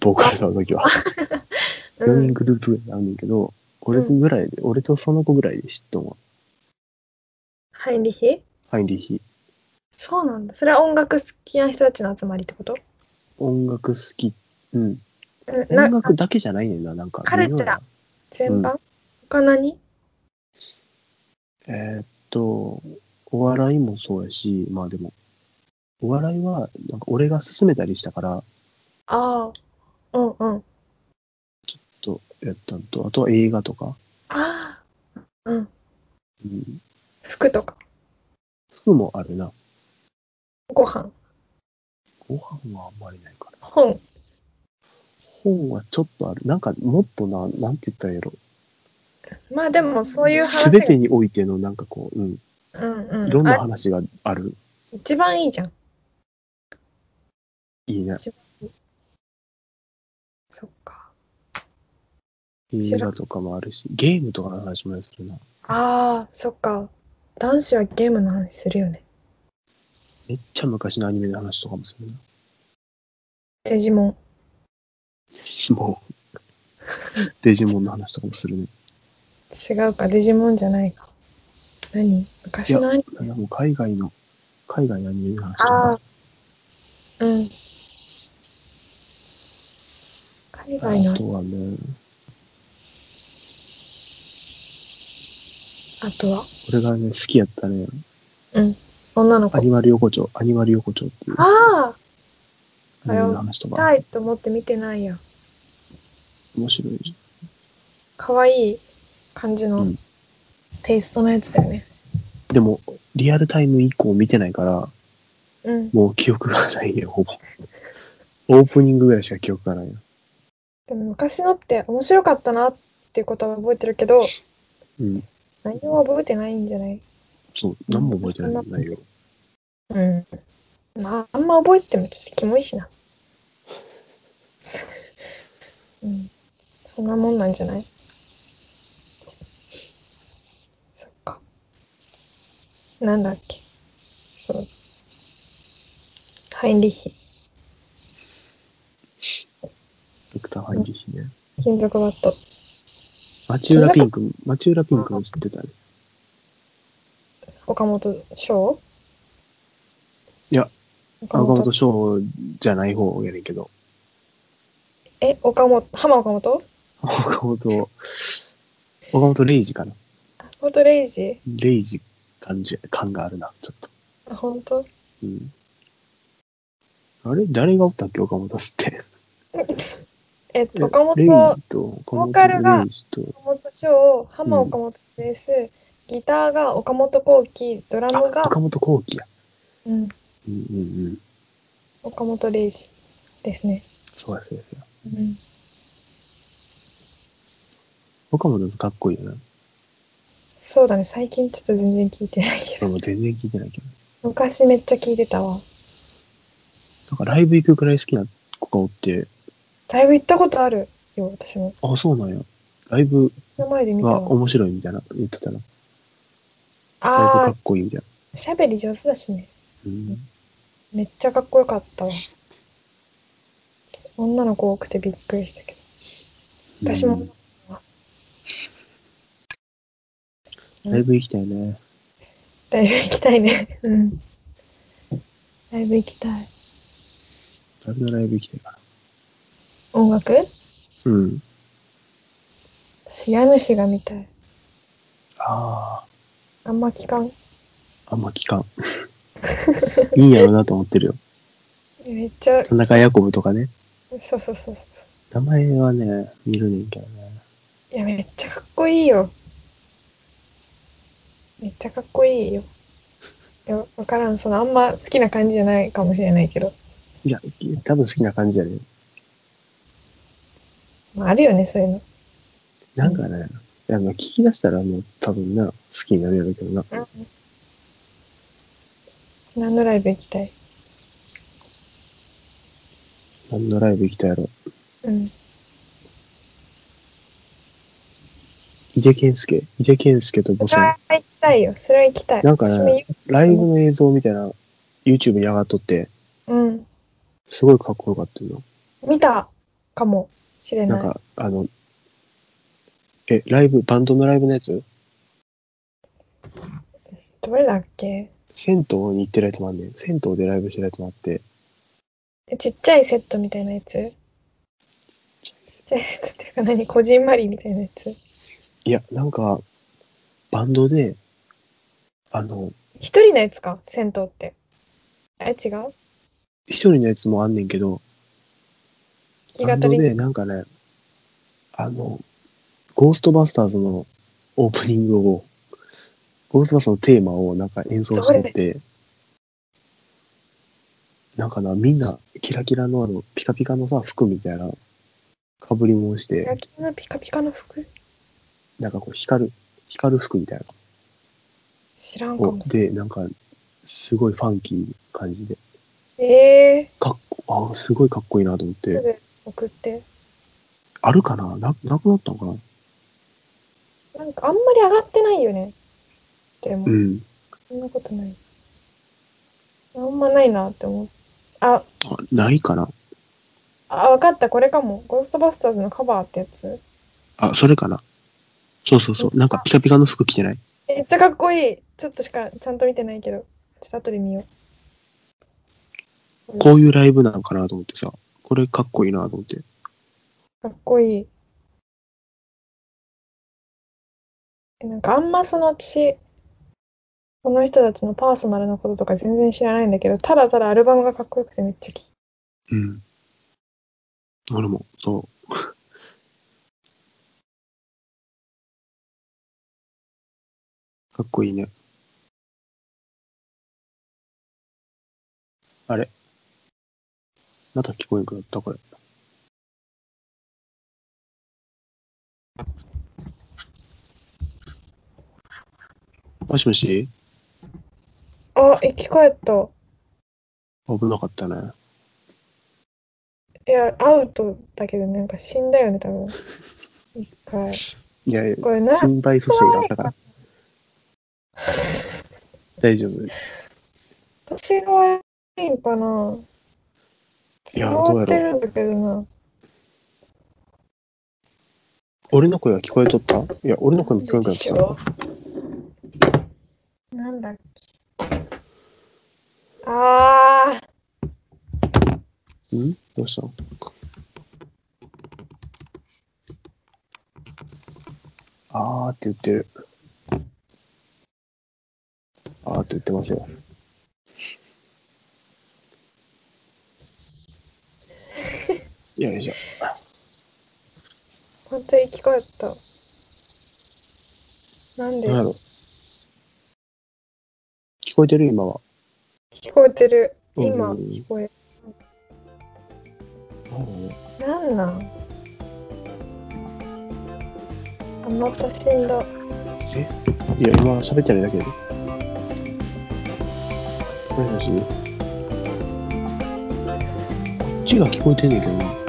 B: ボーカルと会うときは、
A: う
B: 4
A: ん
B: 人グループぐらいで会うねんけど、俺とぐらいで、俺とその子ぐらいで知っとんわ。
A: ハインリヒ
B: ハインリヒ。
A: そうなんだそれは音楽好きな人たちの集まりってこと
B: 音楽好き、うん、
A: うんな
B: 音楽だけじゃないねんな、なんか。
A: カルチャー
B: 微妙な
A: 全般、他何
B: えーっと、お笑いもそうやし、まあでも、お笑いは、なんか俺が勧めたりしたから、
A: ああうんうん
B: と、やったんと、あとは映画とか、
A: ああうん
B: うん、
A: 服とか
B: 服もあるな。
A: ご飯
B: ご飯はあんまりないから。
A: 本
B: 本はちょっとある。なんか、もっとな、なんて言ったらいいやろ。
A: まあでもそういう話
B: すべてにおいての、なんかこう、うん、
A: うん
B: い
A: うん
B: ろんな
A: あ
B: 話がある。
A: 一番いいじゃん
B: いいね。
A: そっか
B: 映画とかもあるし、ゲームとかの話もするな。
A: ああそっか男子はゲームの話するよね
B: めっちゃ昔のアニメの話とかもするな。
A: デジモン
B: しも う、デジモンの話とかもするね。
A: 違うかデジモンじゃないか何昔のアニ
B: いや、もう海外の、海外のアニメの話と
A: あ
B: か
A: あうん海
B: も。
A: 外の
B: あとはね、
A: あとは
B: 俺がね、好きやったね、
A: 女の子
B: アニマル横丁、アニマル横丁っていうア
A: ああ
B: ニメの話と
A: 見
B: か
A: た、いと思って見てないや
B: 面白いじ
A: 可愛い感じ
B: う
A: の
B: ん
A: テイストのやつだよね
B: ゃん。でも、リアルタイム以降見てないから、
A: うん
B: もう記憶がないよ、ほぼ。オープニングぐらいしか記憶がないよ。
A: でも昔のって面白かったなっていうことは覚えてるけど
B: うん、
A: 内容は覚えてないんじゃない
B: そう、何も覚えてない内容。
A: うんまああんま覚えてもちょっとキモいしな うんそんなもんなんじゃないそっかなんだっけそうハインリッヒ
B: ドクター・ハイギヒね。
A: 金属バット
B: 町浦ピンク、町浦ピンクも知ってたね。
A: 岡本翔
B: いや
A: 岡
B: 岡本
A: 本
B: 翔じゃない方やねんけど。
A: え岡本浜岡本
B: 岡本、岡本レイジかな。
A: 岡本レイジ
B: レイジ感じ、感があるな、ちょっと。
A: あ本当
B: うん。あれ誰がおったっけ岡本すって。
A: えっと岡
B: レイ
A: 本
B: ジと、岡
A: ボーカルが
B: レイジと、
A: 岡本翔、浜
B: うん
A: 岡本ベース、ギターが岡本幸輝、ドラ
B: あ
A: ムが、
B: 岡本幸輝や。
A: うん、
B: うんうんうん。
A: 岡本玲二ですね。
B: そうやそうやそうや。
A: うん、
B: 岡本かっこいいよな。
A: そうだね、最近ちょっと全然聞いてないけど、
B: でも全然聞いてないけど。
A: 昔めっちゃ聞いてたわ。
B: なんかライブ行くくらい好きな子がおって、
A: ライブ行ったことあるよ、私も。
B: あ、そうなんや。ライブ
A: 目の前で見た
B: が
A: わ。
B: 面白いみたいな言ってたな。ライブか
A: あ
B: っこいいみたいな。
A: ー、しゃべり上手だしね。
B: うん。
A: めっちゃかっこよかったわ。女の子多くてびっくりしたけど私も
B: うんライブ行きたいね。
A: ライブ行きたいねうんライブ行きたい
B: 誰のライブ行きたいか
A: 音楽
B: な。うん。
A: 私家主が見たい
B: あ
A: あんま聞かん
B: あ、あんま聞かん。いいんやろなと思ってるよ。
A: めっちゃ
B: 田中ヤコブとかね。
A: そうそうそうそうそ
B: 名前はね、見るねんけどね。
A: ういやめっちゃかっこいいよめっちゃかっこいいよいや分からんそのあんま好きな感じじゃないかもしれないけど、
B: いや、多分好きな感じやね。
A: まあ、あるよねそういうの
B: なんかね、いやまあ聞き出したらもう多分な、好きになるやろうけどな。
A: 何のライブ行きたい
B: 何のライブ行きたいやろ。
A: うん
B: 井手健介井手健介とボ
A: そ
B: ス
A: れ
B: の
A: は行きたいよそれは行きたい
B: なんかね
A: 私も言
B: ライブの映像みたいな YouTube に上がっとって、
A: ううん
B: すごいかっこよかったよ
A: 見たかもしれ
B: な。な
A: なんい
B: か、あの、え、ライブ、バンドのライブのやつ
A: どれだっけ
B: 銭湯に行ってるやつもあんねん。銭湯でライブしてるやつもあって、
A: ちっちゃいセットみたいなやつちっちゃいセットっていうか何こじんまりみたいなやつ
B: いや、なんか、バンドで、あの、
A: 一人のやつか銭湯ってえ違う
B: 一人のやつもあんねんけど、バ
A: 弾
B: ン
A: き語
B: ド
A: り
B: で、なんかね、あの、ゴーストバスターズのオープニングを、ゴーストバスターズのテーマをなんか演奏しとって、なんかな、みんなキラキラのあの、ピカピカのさ、服みたいな、かぶりもんし
A: 野
B: て、
A: 球のピカピカの服
B: なんかこう光る、光る服みたいな
A: 知らんか
B: のを
A: も
B: で、なんか、すごいファンキーな感じで、
A: ええ
B: かっこ、あすごいかっこいいなと思っ
A: ー、す
B: て、
A: ぐ送って
B: あるかなななくなったのかな
A: なんかあんまり上がってないよねでも、
B: うん。
A: そんなことない。あんまないなって思う。あ、
B: あないかな
A: あ、わかった、これかも。ゴーストバスターズのカバーってやつ。
B: あ、それかな。そうそうそう。なんかピカピカの服着てない
A: めっちゃかっこいい。ちょっとしかちゃんと見てないけど、ちょっと後で見よう。
B: こういうライブなのかなと思ってさ。これかっこいいなと思って。
A: かっこいい。えなんかあんまその私、この人たちのパーソナルなこととか全然知らないんだけど、ただただアルバムがかっこよくてめっちゃ聴
B: うん。俺も、そう。 かっこいいね。あれまた聞こえなくなったこれ。もしもし
A: あ、生き返った。
B: 危なかったね。
A: いや、アウトだけど、なんか死んだよね、多分。一回。
B: いやいや、
A: これな、
B: 心配蘇生があったから。大丈夫。
A: 私が悪いんかな。
B: いや
A: 伝わってるんだけどな。
B: 俺の声は聞こえとったいや、俺の声も聞こえなくなった。
A: なんだっけ。あー、
B: んどうしたのあーって言ってる。あーって言ってますよ。よいしょ。
A: また生き返った。なんで
B: なんやろ。聞こえてる今は。
A: 聞こえてる。今、
B: うん
A: 聞こえ
B: なんだろうね
A: なんなんあ、また死んだ。
B: いや、今喋ってないだけで。もしもし。字が聞こえてんねんけどな。